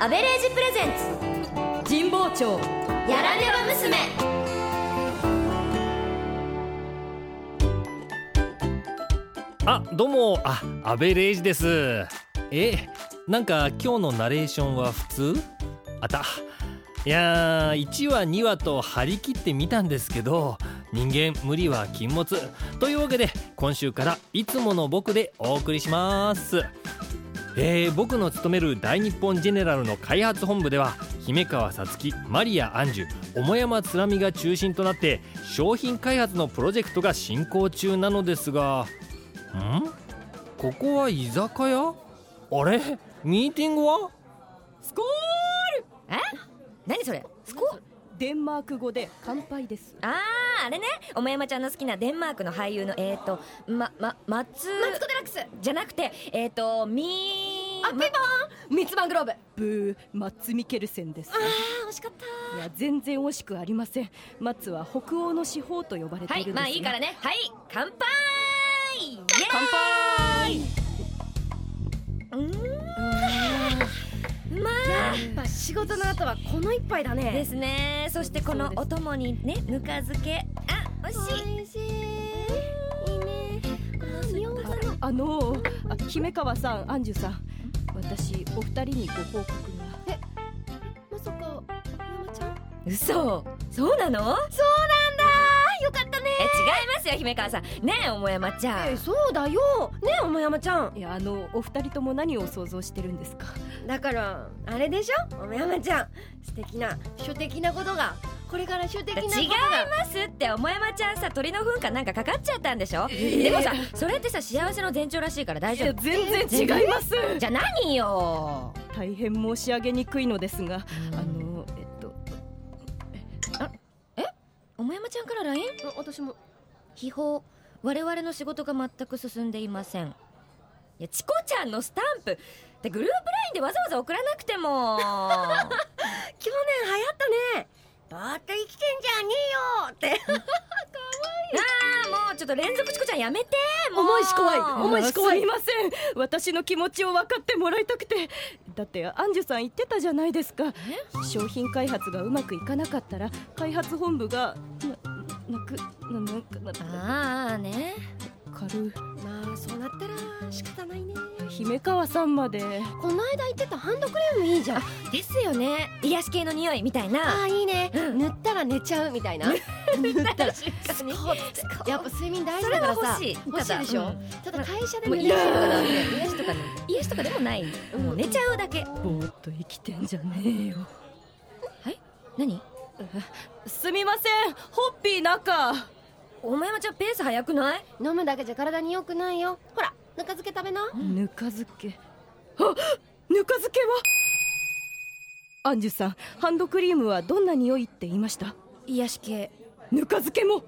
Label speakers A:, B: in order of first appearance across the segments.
A: アベレージプレゼンツ神保町やらねば娘
B: あどうもあアベレージですえなんか今日のナレーションは普通あったいやー1話2話と張り切ってみたんですけど人間無理は禁物というわけで今週からいつもの僕でお送りしますえー僕の勤める大日本ジェネラルの開発本部では姫川さつきマリア杏樹桃山つらみが中心となって商品開発のプロジェクトが進行中なのですがんここは居酒屋あれミーティングは
C: スコ
A: え何それスコ
C: ーデンマーク語で乾杯です
A: あーあれねおまやまちゃんの好きなデンマークの俳優のえっ、ー、とまま松
D: マツコ・デラックス
A: じゃなくてえっ、ー、とみ
D: あピンポンミツマングローブ
C: ブーマッツ・ミケルセンです
A: あー惜しかった
C: いや全然惜しくありませんマッツは北欧の司法と呼ばれて
A: はいい
C: るんです
A: まあいいから
C: ね
A: ねはい乾杯イエーイ
C: 乾杯
A: うーんまあ
D: やっぱ仕事の後はこの一杯だ
A: で
D: ね
A: すねそしてこのお供にねぬか漬けあ美味しい
D: 美味しいいいねあ妙なの
C: あのーあ姫川さんアンジュさん私お二人にご報告が
D: まさか山ちゃん
A: 嘘そうなの
D: そうなんだよかったね
A: え違いますよ姫川さんねえおもやまちゃん、
D: えそうだよねえおもやまちゃん
C: いやあのお二人とも何を想像してるんですか
D: だからあれでしょおもやまちゃん素敵な書的なことがこれから書的なことが
A: 違いますっておもやまちゃんさ鳥の糞かなんかかかっちゃったんでしょ、でもさそれってさ幸せの前兆らしいから大
C: い
A: 丈
C: や
A: 夫
C: 全然違います
A: じゃあ何よ
C: 大変申し上げにくいのですがあのーえっと
A: おもやまちゃんから LINE?
D: あ私も
A: 秘宝我々の仕事が全く進んでいませんいやチコちゃんのスタンプでグループ LINE でわざわざ送らなくて も
D: 去年流行ったねだって生きてんじゃねえよって
A: ああもうちょっと連続チコちゃんやめてもう
C: 重いし怖い重いし怖い
A: あ
C: すいません私の気持ちを分かってもらいたくてだってアンジュさん言ってたじゃないですか商品開発がうまくいかなかったら開発本部がななくななんかな
A: あーね
C: 軽
D: まあそうなったら仕方ないね
C: い姫川さんまで
D: この間言ってたハンドクリームいいじゃん
A: ですよね癒し系の匂いみたいな
D: あーいいね、塗ったら寝ちゃうみた いな 塗ったら
A: 確かに
D: やっぱ睡眠大事だから
A: それは
D: さ
A: 欲しい
D: 欲しいでしょ、
A: ただうん
D: ただ会社で
A: もう
D: 寝
A: 癒やしと
D: る
A: かなんて癒やしとかね癒やしとかでもないもう寝ちゃうだけ
C: ぼーっと生きてんじゃねえよ
A: 何
C: すみませんホッピー中
A: お前もちゃんペース早くない
D: 飲むだけじゃ体に良くないよほらぬか漬け食べな
C: ぬか漬けあぬか漬けはアンジュさんハンドクリームはどんな匂いって言いました
A: 癒し系
C: ぬか漬けも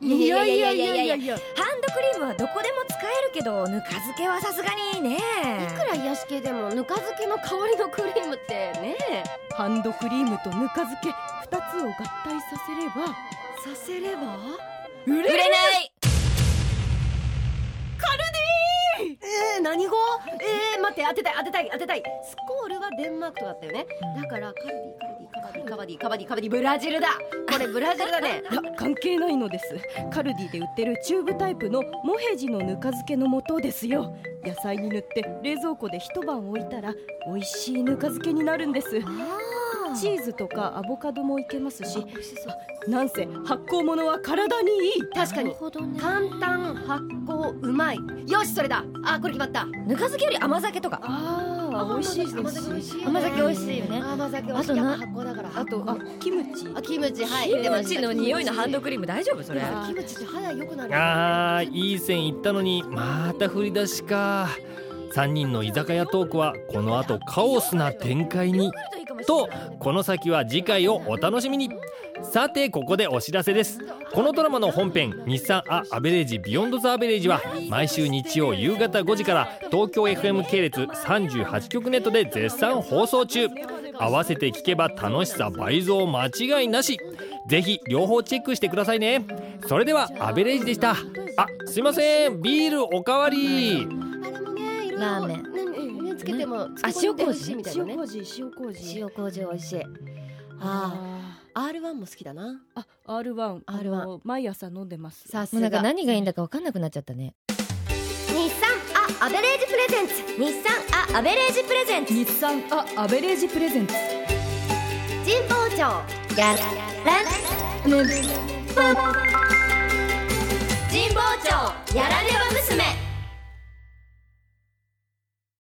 A: いやいやいやいやいや
D: いやい
A: ハンドクリームはどこでも使えるけどぬか漬けはさすがにね
D: くら癒し系でもぬか漬けの香りのクリームってね
C: ハンドクリームとぬか漬け二つを合体させれば
D: させれば
C: 売
A: 売れない
D: えー、何語えー、待って当てたい当てたい当てたいスコールはデンマークとかだったよねだからカルディカルディカバディカバディカバディカバディブラジルだこれブラジルだね
C: 関係ないのですカルディで売ってるチューブタイプのモヘジのぬか漬けの素ですよ野菜に塗って冷蔵庫で一晩置いたら美味しいぬか漬けになるんですチーズとかアボカドもいけますしなんせ発酵物は体にいい
D: 確かに
A: ほどね
D: 簡単発酵うまいよしそれだあこれ決まった
A: ぬか漬けより甘酒とか
C: あ
D: あ甘酒美味しいよね
A: 甘酒美味しいよね
D: 甘酒美味し
A: あと
D: いや
A: な
D: っぱ発酵だから
C: あとあキムチ
D: あキムチはい
A: キムチの匂いのハンドクリーム大丈夫それ
C: いや
D: キムチって肌良くなる
B: あーいい線いったのにまた振り出しか3人の居酒屋トークはこの後カオスな展開にとこの先は次回をお楽しみにさてここでお知らせですこのドラマの本編「日産ア・アベレージ・ビヨンド・ザ・アベレージ」は毎週日曜夕方5時から東京 FM 系列38局ネットで絶賛放送中合わせて聞けば楽しさ倍増間違いなしぜひ両方チェックしてくださいねそれではアベレージでしたあすいませんビールおかわり
D: あでもねいろいろル
A: ラーメン
D: ンねねつけてもつけ
A: あ
D: 込ん
A: 塩麹ね
D: でほしいみたいな
C: 塩
D: ね
C: 麹塩麹
D: 塩麹美味しいあ
C: あ
D: あ R1 も好きだな
C: ーあ R1 あ
D: R1
C: の毎朝飲んでます
D: さす
A: もうなんか
D: が
A: 何がいいんだか分かんなくなっちゃったね
D: 日産アアベレージプレゼンツ
A: 日産アアベレージプレゼンツ
C: 日産あアベレージプレゼンツ
D: 神保町
A: や
D: ラン神保町やらねば娘